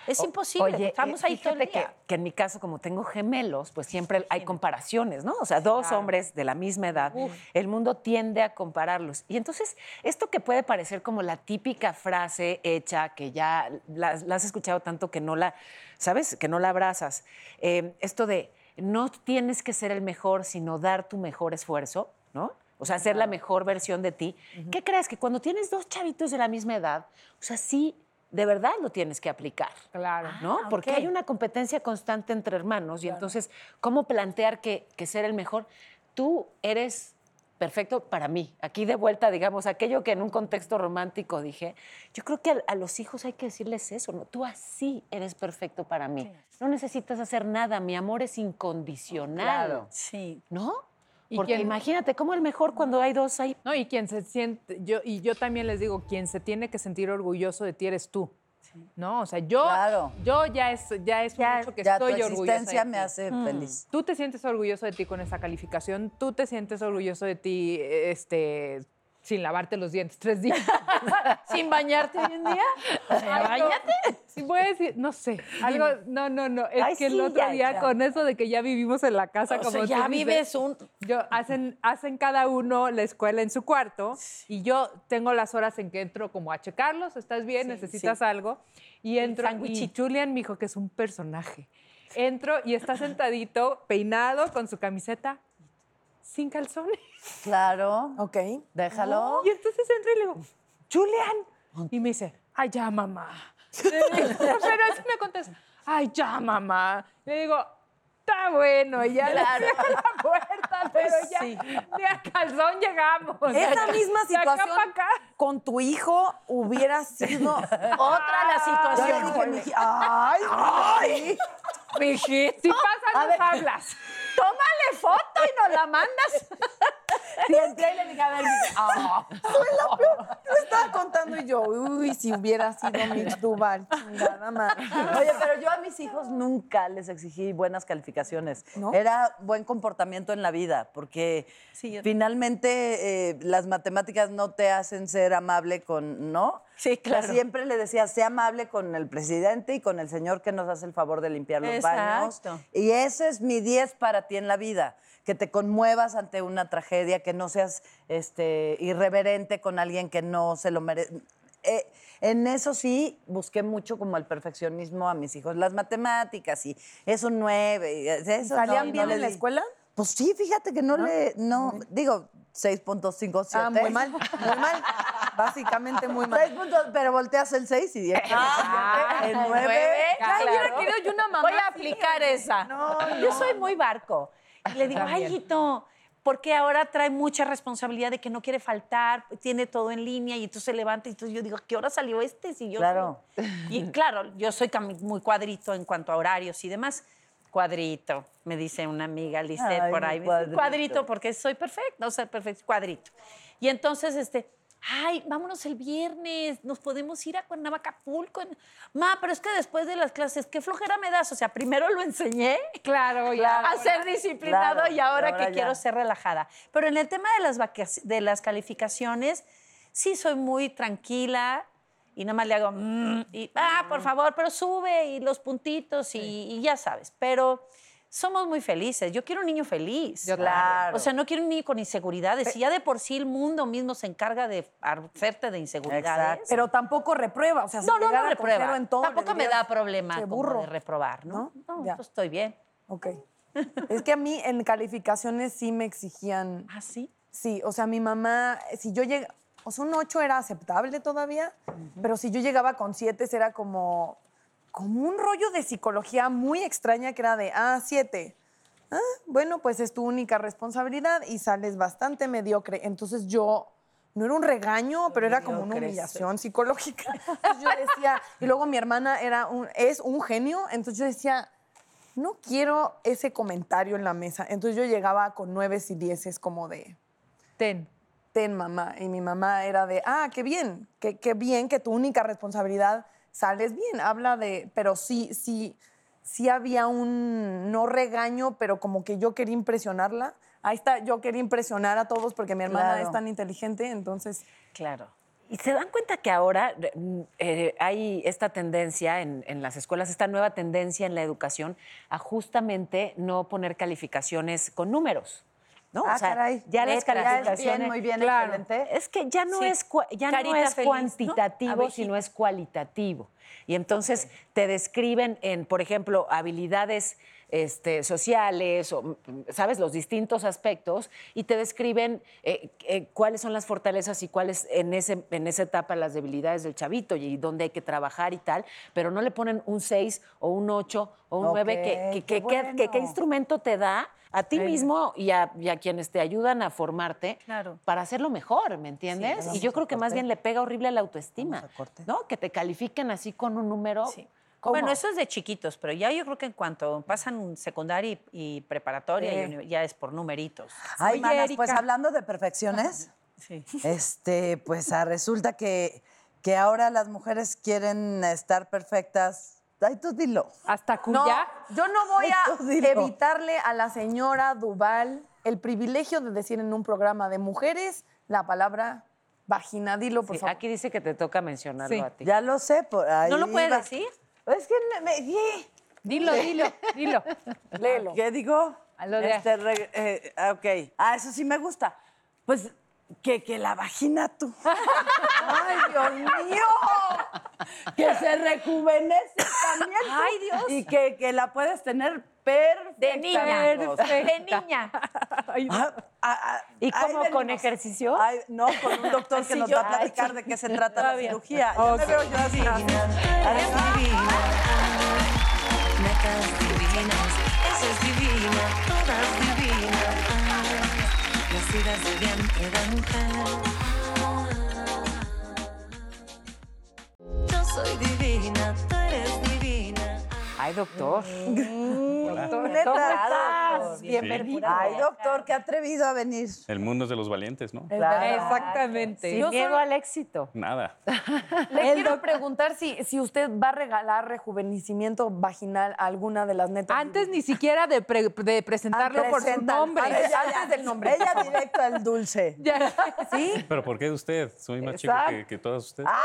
Es imposible.
Oye,
Estamos
eh,
ahí todo el
fíjate que,
día.
que en mi caso, como tengo gemelos, pues siempre hay comparaciones, ¿no? O sea, dos hombres de la misma edad, el mundo tiende a compararlos. Y entonces, esto que puede parecer como la típica frase hecha, que ya la, la has escuchado tanto que no la, ¿sabes? Que no la abrazas. Eh, esto de no tienes que ser el mejor, sino dar tu mejor esfuerzo, ¿no? O sea, ser la mejor versión de ti. ¿Qué crees? Que cuando tienes dos chavitos de la misma edad, o sea, sí, de verdad lo tienes que aplicar.
Claro.
¿no? Porque hay una competencia constante entre hermanos y entonces, ¿cómo plantear que, que ser el mejor? Tú eres perfecto para mí. Aquí de vuelta, digamos, aquello que en un contexto romántico dije, yo creo que a, a los hijos hay que decirles eso, ¿no? Tú así eres perfecto para mí. No necesitas hacer nada, mi amor es incondicional,
Sí.
¿no?
¿Y
Porque
quién-
imagínate, ¿cómo el mejor cuando hay dos ahí?
No, y quien se siente, yo, y yo también les digo, quien se tiene que sentir orgulloso de ti eres tú. No, o sea, yo,
Claro.
yo ya es, ya es un hecho que
ya tu
estoy orgullosa.
existencia
de
me
ti.
hace feliz.
Tú te sientes orgulloso de ti con esa calificación, tú te sientes orgulloso de ti, este, sin lavarte los dientes tres días, sin bañarte hoy en día. Bañate. Voy a decir, no sé, algo, no, no, no, es
Ay,
que el
sí,
otro
ya,
día
ya.
con eso de que ya vivimos en la casa
O
como
sea,
tú
ya
dices,
vives un.
yo hacen, hacen cada uno la escuela en su cuarto y yo tengo las horas en que entro como a checarlos, ¿estás bien? ¿Necesitas algo? Y entro y Julian me dijo que es un personaje. Entro y está sentadito, peinado, con su camiseta, sin calzones.
Claro,
¿Ok?
déjalo.
Y entonces entro y le digo, Julian. Y me dice, ay, ya, mamá. Le digo, Pero así me contesta, ay, ya, mamá. Le digo, está bueno, ya le cierro la puerta, pero
Pues
ya ni a calzón llegamos.
Esa misma
De acá
situación
pa' acá.
con tu hijo hubiera sido
Otra la
Ya le
situación.
dije, mi hija, ay, ay.
Si pasa, nos hablas.
Tómale foto y nos la mandas.
Lo estaba contando y yo, uy, si hubiera sido Mitch Duval, nada más.
Oye, pero yo a mis hijos nunca les exigí buenas calificaciones.
¿No?
Era buen comportamiento en la vida, porque finalmente eh, las matemáticas no te hacen ser amable con, ¿no?
Sí, claro.
Siempre le decía, sea amable con el presidente y con el señor que nos hace el favor de limpiar los baños.
Exacto.
Y ese es mi 10 para ti en la vida, que te conmuevas ante una tragedia, que no seas este, irreverente con alguien que no se lo merece. Eh, en eso sí busqué mucho como el perfeccionismo a mis hijos, las matemáticas y eso nueve. y Eso,
¿Salían
no,
bien
no
en la
les-
escuela?
Pues sí, fíjate que no, le, no, digo, 6.57.
Ah, muy mal, muy mal. Básicamente muy mal. Ah,
Seis puntos, pero volteas el 6 y 10. el 9.
Ah,
Ya hubiera
querido yo una mamá
Voy a
así,
aplicar esa. Yo soy muy barco. Y le digo, ay, hijito, porque ahora trae mucha responsabilidad de que no quiere faltar, tiene todo en línea y entonces se levanta y entonces yo digo, ¿qué hora salió este? Si yo
Claro.
Y claro, yo soy cami- muy cuadrito en cuanto a horarios y demás. Cuadrito, me dice una amiga, Lisette,
Ay,
por
mi
ahí. me dice,
cuadrito.
cuadrito, porque soy perfecta, o sea, perfecto, cuadrito. Y entonces, este, ay, vámonos el viernes, nos podemos ir a Cuernavaca, Acapulco. Ma, pero es que después de las clases, qué flojera me das. O sea, primero lo enseñé
Claro, ya.
a ser disciplinado
Claro,
y ahora,
y ahora
que
ya.
quiero ser relajada. Pero en el tema de las, vacac- de las calificaciones, sí soy muy tranquila y nada más le hago, "Mm", y, ah, por favor, pero sube y los puntitos y, y ya sabes. Pero somos muy felices. Yo quiero un niño feliz.
Claro.
O sea, no quiero un niño con inseguridades. Si ya de por sí el mundo mismo se encarga de hacerte de inseguridades.
Exacto.
Pero tampoco reprueba, o sea, si
No, no,
llegara
no
con cero
reprueba.
en todo, le
Tampoco me
dirías,
da problema
"Qué
como
burro".
de reprobar, ¿no?
¿No?
No,
Ya.
yo estoy bien.
Ok. Es que a mí en calificaciones sí me exigían
¿Ah, sí?
Sí, o sea, mi mamá, si yo llegaba, o sea, un 8 era aceptable todavía, pero si yo llegaba con 7 era como, como un rollo de psicología muy extraña que era de, ah, 7. Ah, bueno, pues es tu única responsabilidad y sales bastante mediocre. Entonces yo, no era un regaño, pero era como una
Mediocre, sí.
humillación psicológica. Entonces yo decía, y luego mi hermana era un, es un genio, entonces yo decía, no quiero ese comentario en la mesa. Entonces yo llegaba con nueves y dieces como de,
Ten.
ten mamá. Y mi mamá era de, ah, qué bien, qué, qué bien que tu única responsabilidad sales bien. Habla de, pero sí, sí, sí había un, no regaño, pero como que yo quería impresionarla. Ahí está, yo quería impresionar a todos porque mi hermana
Claro.
es tan inteligente, entonces...
Claro.
Y se dan cuenta que ahora re- mm, eh, hay esta tendencia en, en las escuelas, esta nueva tendencia en la educación a justamente no poner calificaciones con números. ¿no?
Ah,
o sea,
caray.
ya las
Letras,
calificaciones.
bien, muy bien, excelente.
Es que ya no
Sí.
es, cua- ya no
Carita
es
feliz, ¿no?
cuantitativo,
Abejita.
sino es cualitativo. Y entonces te describen en, por ejemplo, habilidades este, sociales, o, mm, ¿sabes? Los distintos aspectos, y te describen eh, eh, cuáles son las fortalezas y cuáles en, ese, en esa etapa las debilidades del chavito y dónde hay que trabajar y tal, pero no le ponen un 6 o un 8 o un 9,
Ok,
que, que,
qué
que- que- que- qué
bueno.
instrumento te da a ti mismo y a, y a quienes te ayudan a formarte
Claro.
para hacerlo mejor, ¿me entiendes? y yo creo que más bien le pega horrible a la autoestima,
Vamos a corte.
¿no? Que te califiquen así con un número.
Sí. Bueno, eso es de chiquitos, pero ya yo creo que en cuanto pasan secundaria y, y preparatoria, y uni- ya es por numeritos.
Ay,
Oye,
manas, pues
Erika.
hablando de perfecciones,
Sí.
este, pues ah, resulta que, que ahora las mujeres quieren estar perfectas. Ay, tú dilo.
Hasta cuya.
No, yo no voy
Tú
a
dilo.
evitarle a la señora Duval el privilegio de decir en un programa de mujeres la palabra vagina. Dilo, por
Sí,
favor.
aquí dice que te toca mencionarlo
Sí.
a ti.
Ya lo sé, por ahí.
¿No lo puedes
va.
decir?
Es que no me- ye.
Dilo, dilo, dilo.
Léelo. ¿Qué digo?
A lo de-
Este, re- eh, ah, ok. Ah, eso sí me gusta. Pues que, que la vagina tú. ¡Ay, Dios mío! Que se rejuvenece también. tú.
Ay, Dios.
Y que, que la puedes tener perfecta.
De niña. De
Perfecta.
niña.
Ah, ah, ah,
¿Y
ahí
cómo, con
venimos.
ejercicio?
Ay, no, con un doctor que nos va a platicar de qué se trata la cirugía. Yo me veo yo así.
Eres divina, ah, netas divinas, esa es divina, todas divinas, ah, nacidas de vientre de mujer. Yo soy divina, tú eres divina.
Ay, doctor.
Neta.
Bienvenido.
Ay, doctor, qué atrevido a venir.
El mundo es de los valientes, ¿no?
Exactamente.
Sin miedo al éxito.
Nada.
Le quiero preguntar si, si usted va a regalar rejuvenecimiento vaginal a alguna de las netas.
Antes ni siquiera de, pre- de presentarlo por su
Presentan-
nombre.
Pues, Antes, del nombre. Ella directo al dulce.
Ya.
¿Pero por qué usted? Soy más chico que, que todas ustedes.
Ah,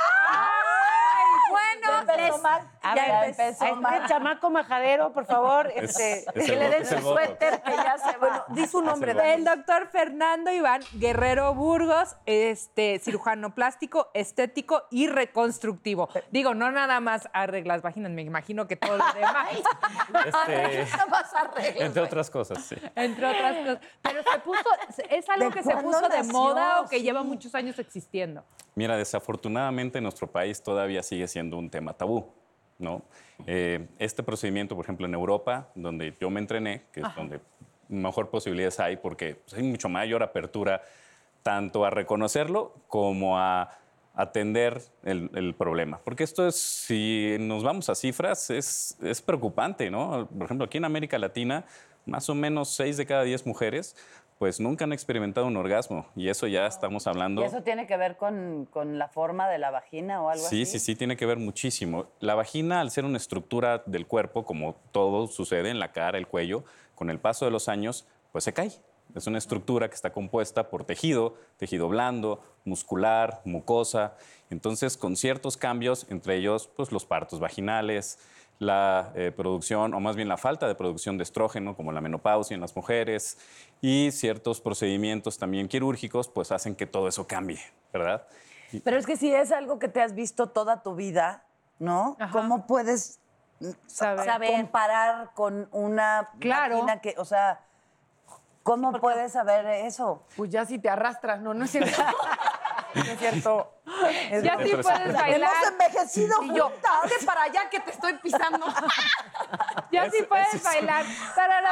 Ya empezó mal.
A
ya
ver,
empezó
a este
mal.
chamaco majadero, por favor,
Es-
este,
es
que
el
le
voto,
den
es
su
el voto.
suéter que ya se va.
Di su nombre.
Hace
El doctor Fernando Iván Guerrero Burgos, este cirujano plástico, estético y reconstructivo. Digo, no nada más arreglas vaginas, me imagino que todo lo demás,
Este, entre otras cosas, sí.
entre otras cosas. Pero se puso, es algo
¿De
que se
cuándo
puso de
nació?
moda o que
Sí.
lleva muchos años existiendo.
Mira, desafortunadamente en nuestro país todavía sigue siendo un tema tabú, ¿no? Eh, este procedimiento, por ejemplo, en Europa, donde yo me entrené, que es donde mejor posibilidades hay, porque pues, hay mucho mayor apertura tanto a reconocerlo como a atender el, el problema. Porque esto es, si nos vamos a cifras, es, es preocupante, ¿no? Por ejemplo, aquí en América Latina, más o menos 6 de cada 10 mujeres, pues nunca han experimentado un orgasmo. Y eso ya estamos hablando...
¿Y eso tiene que ver con, con la forma de la vagina o algo
Sí,
así?
sí, sí, tiene que ver muchísimo. La vagina, al ser una estructura del cuerpo, como todo sucede en la cara, el cuello, con el paso de los años, pues se cae. Es una estructura que está compuesta por tejido, tejido blando, muscular, mucosa. Entonces, con ciertos cambios, entre ellos, pues los partos vaginales, la eh, producción, o más bien la falta de producción de estrógeno, como la menopausia en las mujeres, y ciertos procedimientos también quirúrgicos, pues hacen que todo eso cambie, ¿verdad?
Pero es que si es algo que te has visto toda tu vida, ¿no? ¿Cómo puedes mm,
Saber.
comparar con una
Claro.
vagina que, o sea, ¿Cómo puedes saber eso?
Pues ya si te arrastras, no, no es cierto. no es cierto. Es
Ya
broma.
sí puedes Pues bailar.
Hemos envejecido
Y yo,
juntas.
hazte para allá que te estoy pisando.
Ya sí puedes bailar. Tarara,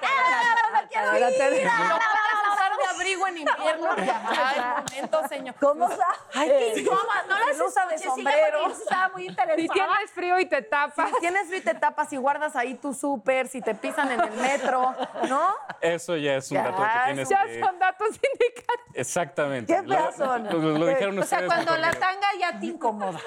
tarara, tarara, tarara, tarara.
No puedes usar de abrigo en invierno. Ay, momento, señor.
¿Cómo sabes?
Ay, qué incómoda. No las usa de sombrero.
estaba muy interesante.
Si tienes frío y te tapas.
Si tienes frío, te tapas y guardas ahí tu súper, si te pisan en el metro, ¿no?
Eso ya es un
Ya,
dato que tienes
Ya
que...
son datos indicativos.
Exactamente.
Qué
Lo-
feas son.
Lo, lo- lo dijeron
Pues, O sea,
ustedes
cuando
mejor
la
que yo.
tanga ya te incomoda.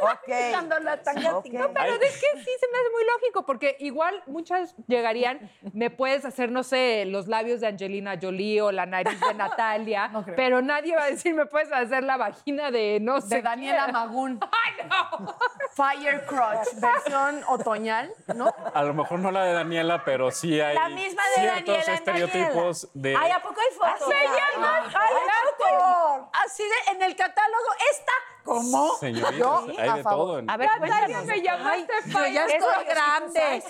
Ok.
Cuando la tanga te incomoda.
Pero es que sí se me hace muy lógico, porque igual muchas llegarían, me puedes hacer, no sé, los labios de Angelina Jolie o la nariz de Natalia,
creo.
pero nadie va a decir, me puedes hacer la vagina de, no sé.
De Daniela
quién".
Magún.
¡Ay, no!
Fire Crotch, versión otoñal, ¿no?
A lo mejor no la de Daniela, pero sí hay
La misma de
ciertos
Daniela. en
estereotipos
Daniela.
de...
Ay, ¿a poco hay fotos?
llaman
Ay,
al
doctor. Así de, en el catálogo, esta. ¿Cómo?
Señoritas,
Yo, a
hay de
favor.
todo. en-
A ver,
Natalia,
cuéntanos.
me llamaste
Yo ya estoy grande.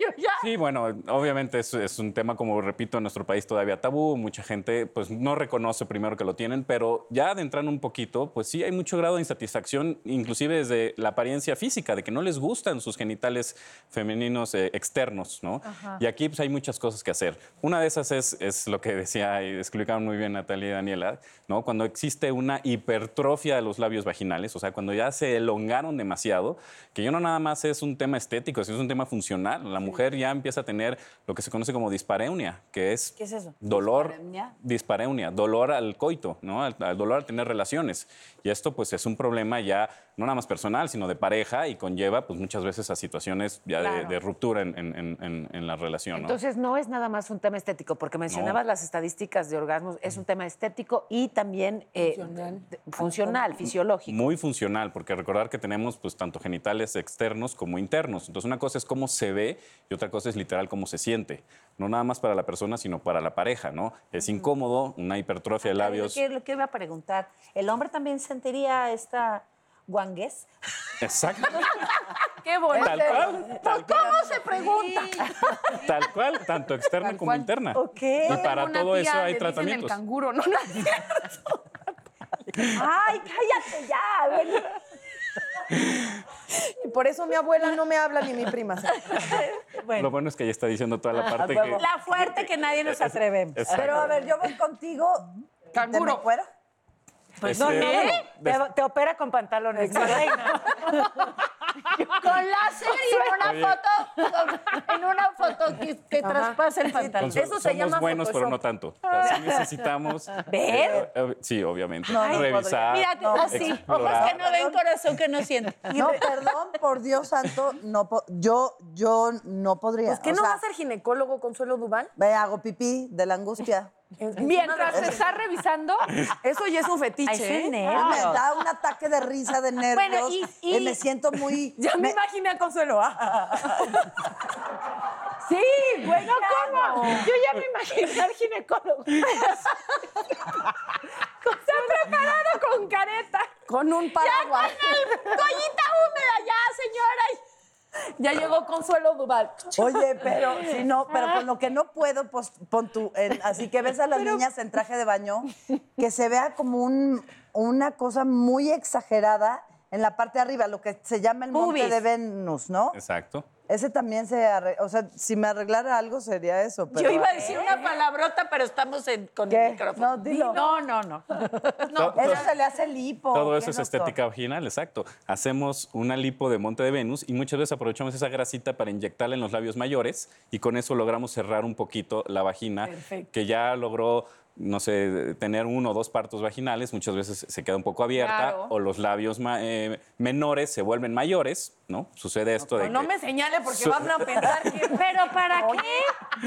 Sí, bueno, obviamente es, es un tema, como repito, en nuestro país todavía tabú. Mucha gente pues no reconoce primero que lo tienen, pero ya adentrando un poquito, pues sí hay mucho grado de insatisfacción, inclusive desde la apariencia física, de que no les gustan sus genitales femeninos eh, externos, ¿no? Y aquí pues hay muchas cosas que hacer. Una de esas es, es lo que decía y explicaban muy bien Natalia y Daniela, ¿no? Cuando existe una hipertrofia de los labios vaginales, o sea, cuando ya se elongaron demasiado, que ya no nada más es un tema estético, sino es un tema funcional. La mujer ya empieza a tener lo que se conoce como dispareunia, que es,
¿Qué es eso?
dolor, dispareunia. dolor al coito, ¿no? Al, al dolor al tener relaciones. Y esto pues es un problema ya no nada más personal, sino de pareja y conlleva pues muchas veces a situaciones ya de- de, ruptura en, en- en- en- en la relación, ¿no?
Entonces no es nada más un tema estético, porque mencionabas las estadísticas de orgasmos, es un tema estético y también eh, de- funcional, fisiológico.
Muy funcional, porque recordar que tenemos pues tanto genitales externos como internos. Entonces una cosa es cómo se ve y otra cosa es literal cómo se siente. No nada más para la persona, sino para la pareja, ¿no? Es incómodo, una hipertrofia de labios.
¿Qué lo que iba a preguntar? ¿El hombre también sentiría esta guanguez?
Exacto.
Qué bonito.
Tal cual, tal,
¿Cómo se pregunta?
tal cual, tanto externa como interna.
Ok.
Y para
Una
todo
tía
eso
le
hay
dicen el
tratamientos.
canguro, ¿no? no.
Ay, cállate ya. ven.
Y por eso mi abuela no me habla ni mi prima. señor.
Lo bueno es que ya está diciendo toda la parte que...
La fuerte que nadie nos atrevemos.
Exacto.
Pero a ver, yo voy contigo.
Canguro.
¿Te me cuero?
Este,
Te, te opera con pantalones. mi reina.
Con láser y en una foto, en una foto que, que traspasa el pantalón.
Con- somos buenos, pero no tanto. O sea, sí necesitamos. eh, eh, sí, obviamente.
No, no puedo ya.
revisar.
Mírate,
No,
así, ojos
explorar.
que no ven, corazón que no siente.
No, perdón, por Dios santo, no po- yo, yo no podría.
Pues que
O
no
sea,
va a ser ginecólogo Consuelo Duval.
Me hago pipí de la angustia.
Mientras te estás revisando,
Eso ya es un fetiche. ¿eh?
Me
Ah,
da un ataque de risa, de nervios.
Bueno, y- y-
eh, me siento muy...
Ya me,
me-
imaginé a Consuelo. ah.
Sí, bueno, ¿cómo? Yo ya me imaginé al ginecólogo.
está preparado con careta.
Con un paraguas.
Toallita húmeda ya, señora.
Ya llegó Consuelo Duval.
Oye, pero si no,
Ah.
pero con lo que no puedo, pues pon tú. en- así que ves a las niñas en traje de baño, que se vea como un, una cosa muy exagerada en la parte de arriba, lo que se llama el monte
Pubis.
de Venus, ¿no?
Exacto.
Ese también se arregla, o sea, si me arreglara algo sería eso. Pero,
Yo iba a decir una palabrota, pero estamos en- con el
¿Qué?
micrófono.
No, dilo.
No, no, no.
To- to-
Eso se le hace lipo.
Todo
¿qué,
eso es
doctor?
estética vaginal, exacto. Hacemos una lipo de monte de Venus y muchas veces aprovechamos esa grasita para inyectarla en los labios mayores y con eso logramos cerrar un poquito la vagina que ya logró, no sé, tener uno o dos partos vaginales, muchas veces se queda un poco abierta
Claro.
o los labios ma- eh, menores se vuelven mayores, ¿no? Sucede esto de
No
que-
me señale porque van a pensar que.
Pero ¿para qué?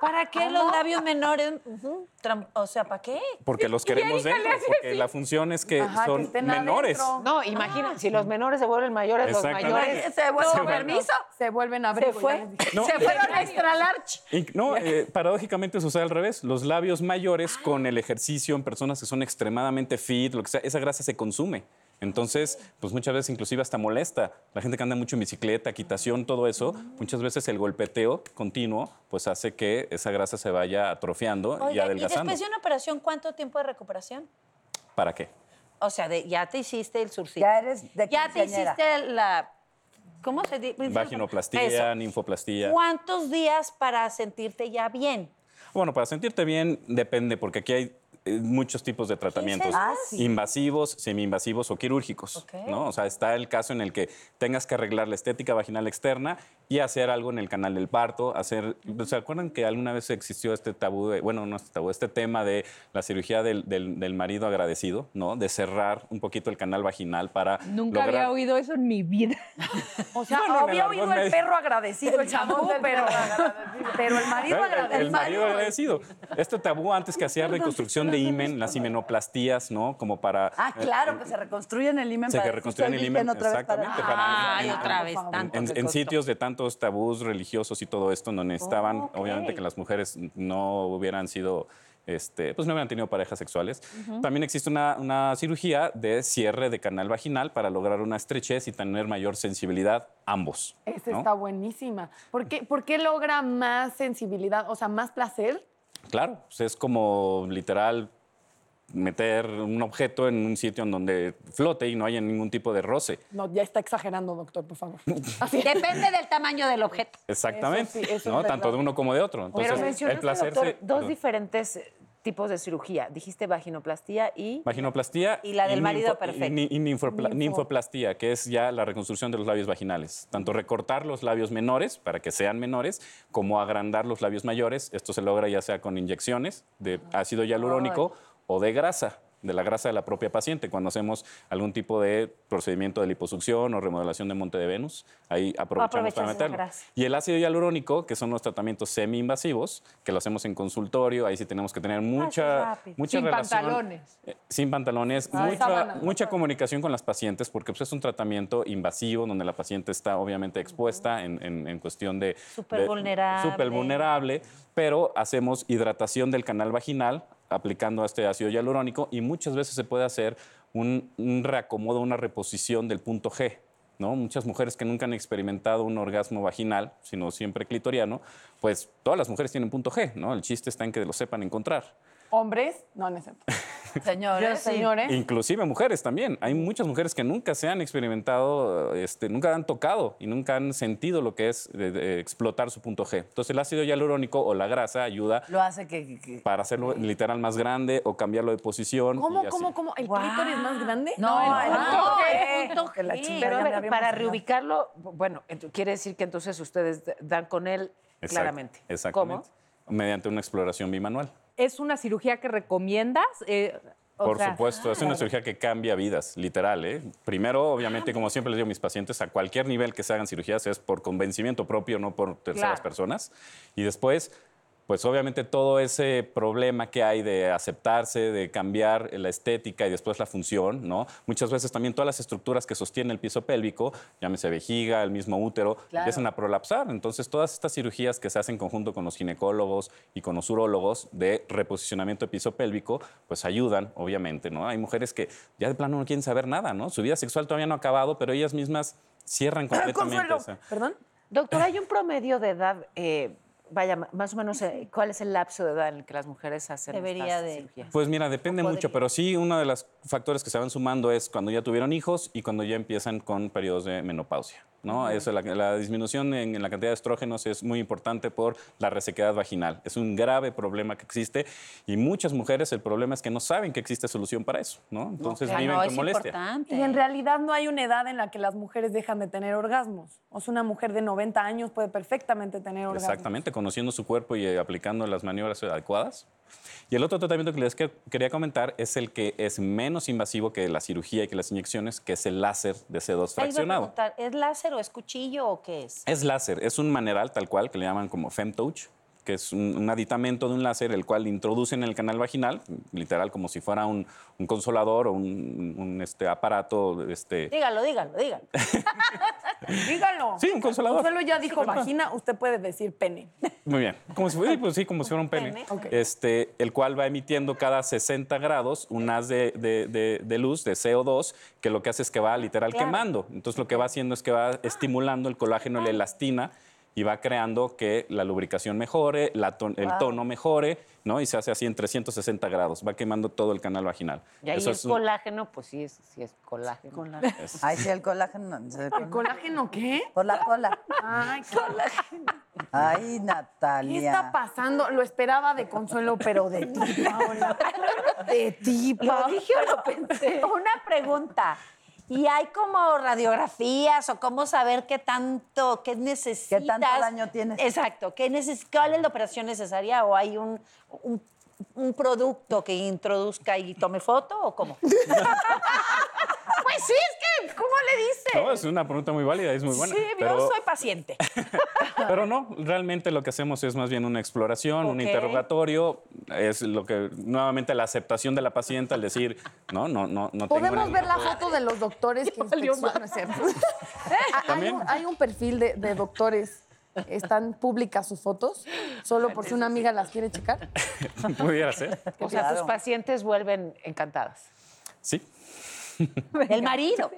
¿Para qué los labios menores? Ujú, tram- O sea, ¿para qué?
Porque
Y-
los
y
queremos
Erika le
dentro,
hace
porque
así.
la función es que
Ajá, que
son
estén
menores.
adentro.
No, imagina, si los menores se vuelven mayores, los
Exactamente.
mayores.
Se vuelve
No,
permiso.
Se vuelven a
Se
abrir.
fue.
No.
Se fueron a Extralarch.
Y- No, eh, paradójicamente sucede al revés. Los labios mayores con el ejercicio en personas que son extremadamente fit, lo que sea, esa grasa se consume. Entonces, pues muchas veces inclusive hasta molesta. La gente que anda mucho en bicicleta, quitación, todo eso, muchas veces el golpeteo continuo pues hace que esa grasa se vaya atrofiando y
Oiga, y
adelgazando.
después de una operación, ¿cuánto tiempo de recuperación?
¿Para qué?
O sea, de, ya te hiciste el surcito.
Ya eres de
Ya te
quinceañera.
hiciste la. ¿Cómo se dice?
Vaginoplastía,
Eso.
ninfoplastía.
¿Cuántos días para sentirte ya bien?
Bueno, para sentirte bien depende, porque aquí hay eh, muchos tipos de tratamientos.
Ah, sí.
Invasivos, semi-invasivos o quirúrgicos.
Ok.
¿no? O sea, está el caso en el que tengas que arreglar la estética vaginal externa y hacer algo en el canal del parto, hacer... ¿Se acuerdan que alguna vez existió este tabú, de- bueno, no este tabú, este tema de la cirugía del, del- del marido agradecido, ¿no? De cerrar un poquito el canal vaginal para
Nunca
lograr...
había oído eso en mi vida.
O sea,
Bueno, en el
había
argot
oído el
médico.
perro agradecido, el champú, pero, pero el marido
Claro, el-
agradecido.
El marido agradecido. Este tabú antes que hacía reconstrucción de imen, las himenoplastías, ¿no? Como para...
Ah,
eh,
claro, que se reconstruyen el himen.
Se que reconstruyen el himen, exactamente. para-
Ay, otra vez, tanto.
en, en sitios de tantos tabús religiosos y todo esto, donde estaban, obviamente, que las mujeres no hubieran sido, este, pues no hubieran tenido parejas sexuales. También existe una, una cirugía de cierre de canal vaginal para lograr una estrechez y tener mayor sensibilidad ambos.
Esa
¿no?
está buenísima. ¿Por qué, por qué logra más sensibilidad, o sea, más placer?
Claro, pues es como literal meter un objeto en un sitio en donde flote y no haya ningún tipo de roce.
No, ya está exagerando, doctor, por favor. Así.
Depende del tamaño del objeto.
Eso
Exactamente,
sí, eso es
¿no?
verdad.
Tanto de uno como de otro. Entonces,
Pero
Pues el
mencionaste,
placer
doctor,
se-
dos
no.
diferentes eh, tipos de cirugía. Dijiste vaginoplastía y...
Vaginoplastía.
Y la del marido
ninfo-
perfecto.
y ni- Y ninfopla- ninfoplastía, que es ya la reconstrucción de los labios vaginales. Tanto recortar los labios menores para que sean menores, como agrandar los labios mayores. Esto se logra ya sea con inyecciones de ácido hialurónico o de grasa de la grasa de la propia paciente. Cuando hacemos algún tipo de procedimiento de liposucción o remodelación de monte de Venus, ahí aprovechamos
Aprovechas
para
esa
meterlo.
grasa.
Y el ácido hialurónico, que son los tratamientos semi-invasivos, que lo hacemos en consultorio, ahí sí tenemos que tener mucha,
Ah, rápido.
mucha
Sin
relación-
pantalones.
eh, Sin pantalones, mucha, mucha comunicación con las pacientes, porque pues, es un tratamiento invasivo donde la paciente está obviamente expuesta en, en- en cuestión de...
Súper
de-
vulnerable.
súper vulnerable, pero hacemos hidratación del canal vaginal aplicando este ácido hialurónico y muchas veces se puede hacer un, un reacomodo, una reposición del punto G. ¿no? Muchas mujeres que nunca han experimentado un orgasmo vaginal, sino siempre clitoriano, pues todas las mujeres tienen punto G, ¿no? El chiste está en que lo sepan encontrar.
Hombres, no, no es cierto.
Señores,
Señores.
Inclusive mujeres también. Hay muchas mujeres que nunca se han experimentado, este, nunca han tocado y nunca han sentido lo que es eh, eh, explotar su punto G. Entonces el ácido hialurónico o la grasa ayuda
Lo hace que- que- que
para hacerlo literal más grande o cambiarlo de posición. y
¿Cómo,
así.
cómo, cómo? ¿El clítoris más grande?
No, el punto G.
punto
Que la
G.
chingada
Pero
ya
a
me
ver,
había
para
emocionado.
reubicarlo, bueno, ent- quiere decir que entonces ustedes d- dan con él
Exact-
claramente.
Exactamente. Mediante una exploración bimanual.
¿Es una cirugía que recomiendas? Eh, o
Por
sea,
supuesto, es una cirugía que cambia vidas, literal. ¿eh? Primero,
Ah.
obviamente, como siempre les digo a mis pacientes, a cualquier nivel que se hagan cirugías es por convencimiento propio, no por terceras
Claro.
personas. Y después, pues obviamente todo ese problema que hay de aceptarse, de cambiar la estética y después la función, ¿no? Muchas veces también todas las estructuras que sostienen el piso pélvico, llámese vejiga, el mismo útero, empiezan a prolapsar. Entonces, todas estas cirugías que se hacen en conjunto con los ginecólogos y con los urólogos de reposicionamiento de piso pélvico, pues ayudan, obviamente, ¿no? Hay mujeres que ya de plano no quieren saber nada, ¿no? Su vida sexual todavía no ha acabado, pero ellas mismas cierran completamente.
Consuelo,
esa-
perdón.
Doctor, ¿hay un promedio de edad, eh, vaya, ma- más o menos, eh, cuál es el lapso de edad en el que las mujeres hacen
Debería
estas
de-
cirugías?
Pues mira, depende mucho, pero sí, uno de los factores que se van sumando es cuando ya tuvieron hijos y cuando ya empiezan con periodos de menopausia. ¿no? Eso, la, la disminución en, en la cantidad de estrógenos es muy importante por la resequedad vaginal. Es un grave problema que existe y muchas mujeres el problema es que no saben que existe solución para eso. ¿no? Entonces
Ah,
viven
no,
con
es
molestia.
importante.
Y en realidad no hay una edad en la que las mujeres dejan de tener orgasmos. O sea, una mujer de 90 años puede perfectamente tener orgasmos.
Exactamente, conociendo su cuerpo y eh, aplicando las maniobras adecuadas. Y el otro tratamiento que les que- quería comentar es el que es menos invasivo que la cirugía y que las inyecciones, que es el láser de C2
Ahí iba a
fraccionado.
preguntar, ¿Es láser o es cuchillo o qué es?
Es láser, es un maneral tal cual que le llaman como FemTouch, que es un, un aditamento de un láser, el cual introducen en el canal vaginal, literal como si fuera un, un consolador o un, un, este, aparato. Este...
Dígalo, dígalo, dígalo.
Dígalo.
Sí, un consolador.
Solo ya dijo vagina, usted puede decir pene.
Muy bien. Como si, fuera- pues sí, como si fuera un pene.
Pene,
Este, el cual va emitiendo cada 60 grados un haz de, de- de- de luz, de CO2, que lo que hace es que va literal
Claro.
quemando. Entonces lo que va haciendo es que va estimulando el colágeno y la elastina y va creando que la lubricación mejore, la ton- el tono mejore, ¿no? Y se hace así en 360 grados. Va quemando todo el canal vaginal.
Y ahí
Eso
el
es un-
colágeno, pues sí es, sí es colágeno.
es-
Ay, sí, el colágeno.
¿El colágeno qué?
Por la cola.
Ay, colágeno.
Ay, Natalia.
¿Qué está pasando? Lo esperaba de consuelo, pero de ti, Paola. De ti,
¿Lo
Paola.
dije o lo pensé? Ah. Una pregunta. ¿Y hay como radiografías o cómo saber qué tanto, qué necesitas?
daño tienes?
Exacto. ¿qué neces ¿Cuál es la operación necesaria o hay un, un, un producto que introduzca y tome foto o cómo? pues sí, es que, ¿cómo le dices?
No, es una pregunta muy válida, es muy buena.
sí,
pero-
yo soy paciente.
Pero no, realmente lo que hacemos es más bien una exploración, un
Ok.
interrogatorio, es lo que nuevamente la aceptación de la paciente al decir, no, no, no, no tengo
Podemos ver
ninguna-
la foto de los doctores que inspeccionan. No es cierto. hay,
¿También?
un, hay un perfil de, de doctores. Están públicas sus fotos, solo por si una amiga las quiere checar.
pudiera ser.
O sea, tus pacientes vuelven encantadas.
Sí,
El marido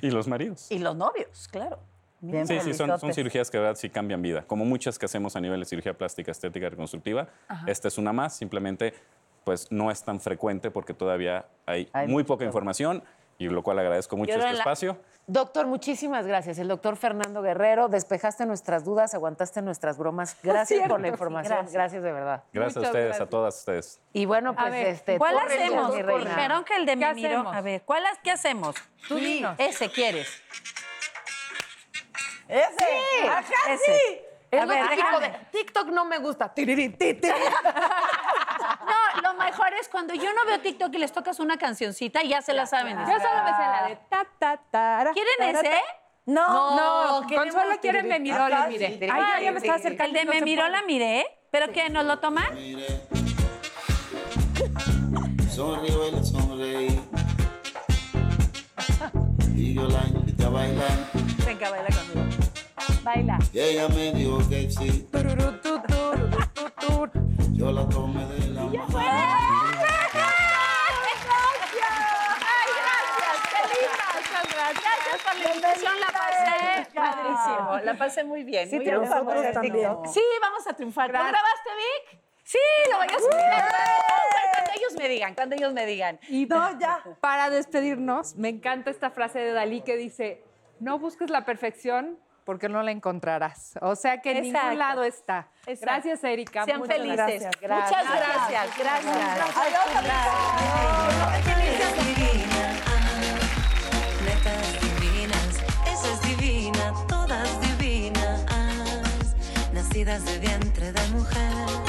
y los maridos.
y los novios, claro.
Bien,
Sí, sí, son, son
felizotes.
cirugías que de verdad sí cambian vida, como muchas que hacemos a nivel de cirugía plástica, estética, reconstructiva. Esta es una más, simplemente pues no es tan frecuente porque todavía hay,
Hay
muy
mucho.
poca información y lo cual agradezco mucho
Yo
este
en la-
espacio.
Doctor, muchísimas gracias. El doctor Fernando Guerrero, despejaste nuestras dudas, aguantaste nuestras bromas. Gracias por la información. Gracias. de verdad.
Gracias a
Muchas
ustedes,
gracias.
a todas ustedes.
Y bueno, pues
ver,
este.
¿Cuál
tú reinas,
hacemos?
mi reina.
Dijeron que el de
¿Qué
mi miro.
hacemos?
A ver, ¿cuál, ha- ¿qué hacemos? Tú dinos. Ese quieres.
¡Ese! ¡Ajá, sí!
Es
A
lo
ver,
típico
déjame.
de TikTok no me gusta. Tiriri, ti, ti.
No, lo mejor es cuando yo no veo TikTok y les tocas una cancioncita y ya se la saben.
Yo solo me sé la de ta, ta, tara.
¿Quieren ese?
No,
no, queremos
Consuelo quiere
tiriri.
me miró, le miré. Ay, yo ya me estaba acercando.
El de
no
me
se
miró,
puede.
la miré. ¿Pero qué? ¿Nos lo toman?
Sonríe, baila, sonreí. Y yo la invité a bailar.
Venga, baila conmigo. Baila.
Y ella me dijo que sí.
Tururú, tu, tururú, tu, tur.
Yo la tomé de la mano.
Gracias por la invitación, la pasé padrísimo, la pasé muy bien. muy bien.
Nosotros también.
Sí, vamos a triunfar. ¿Tú grabaste, Vic? Sí, lo voy a subir. Cuando ellos me digan, cuando ellos me digan.
Y no, ¡Uh! ya. Para despedirnos, me encanta esta frase de Dalí que dice, no busques la perfección porque no la encontrarás. O sea que en
Exacto.
ningún lado está.
Exacto.
Gracias, Erika.
Sean
Muchas
felices.
gracias.
Muchas gracias. Gracias.
Esa es divina, ah, netas divinas, esa es ah. divina, todas divinas, nacidas de vientre de mujer.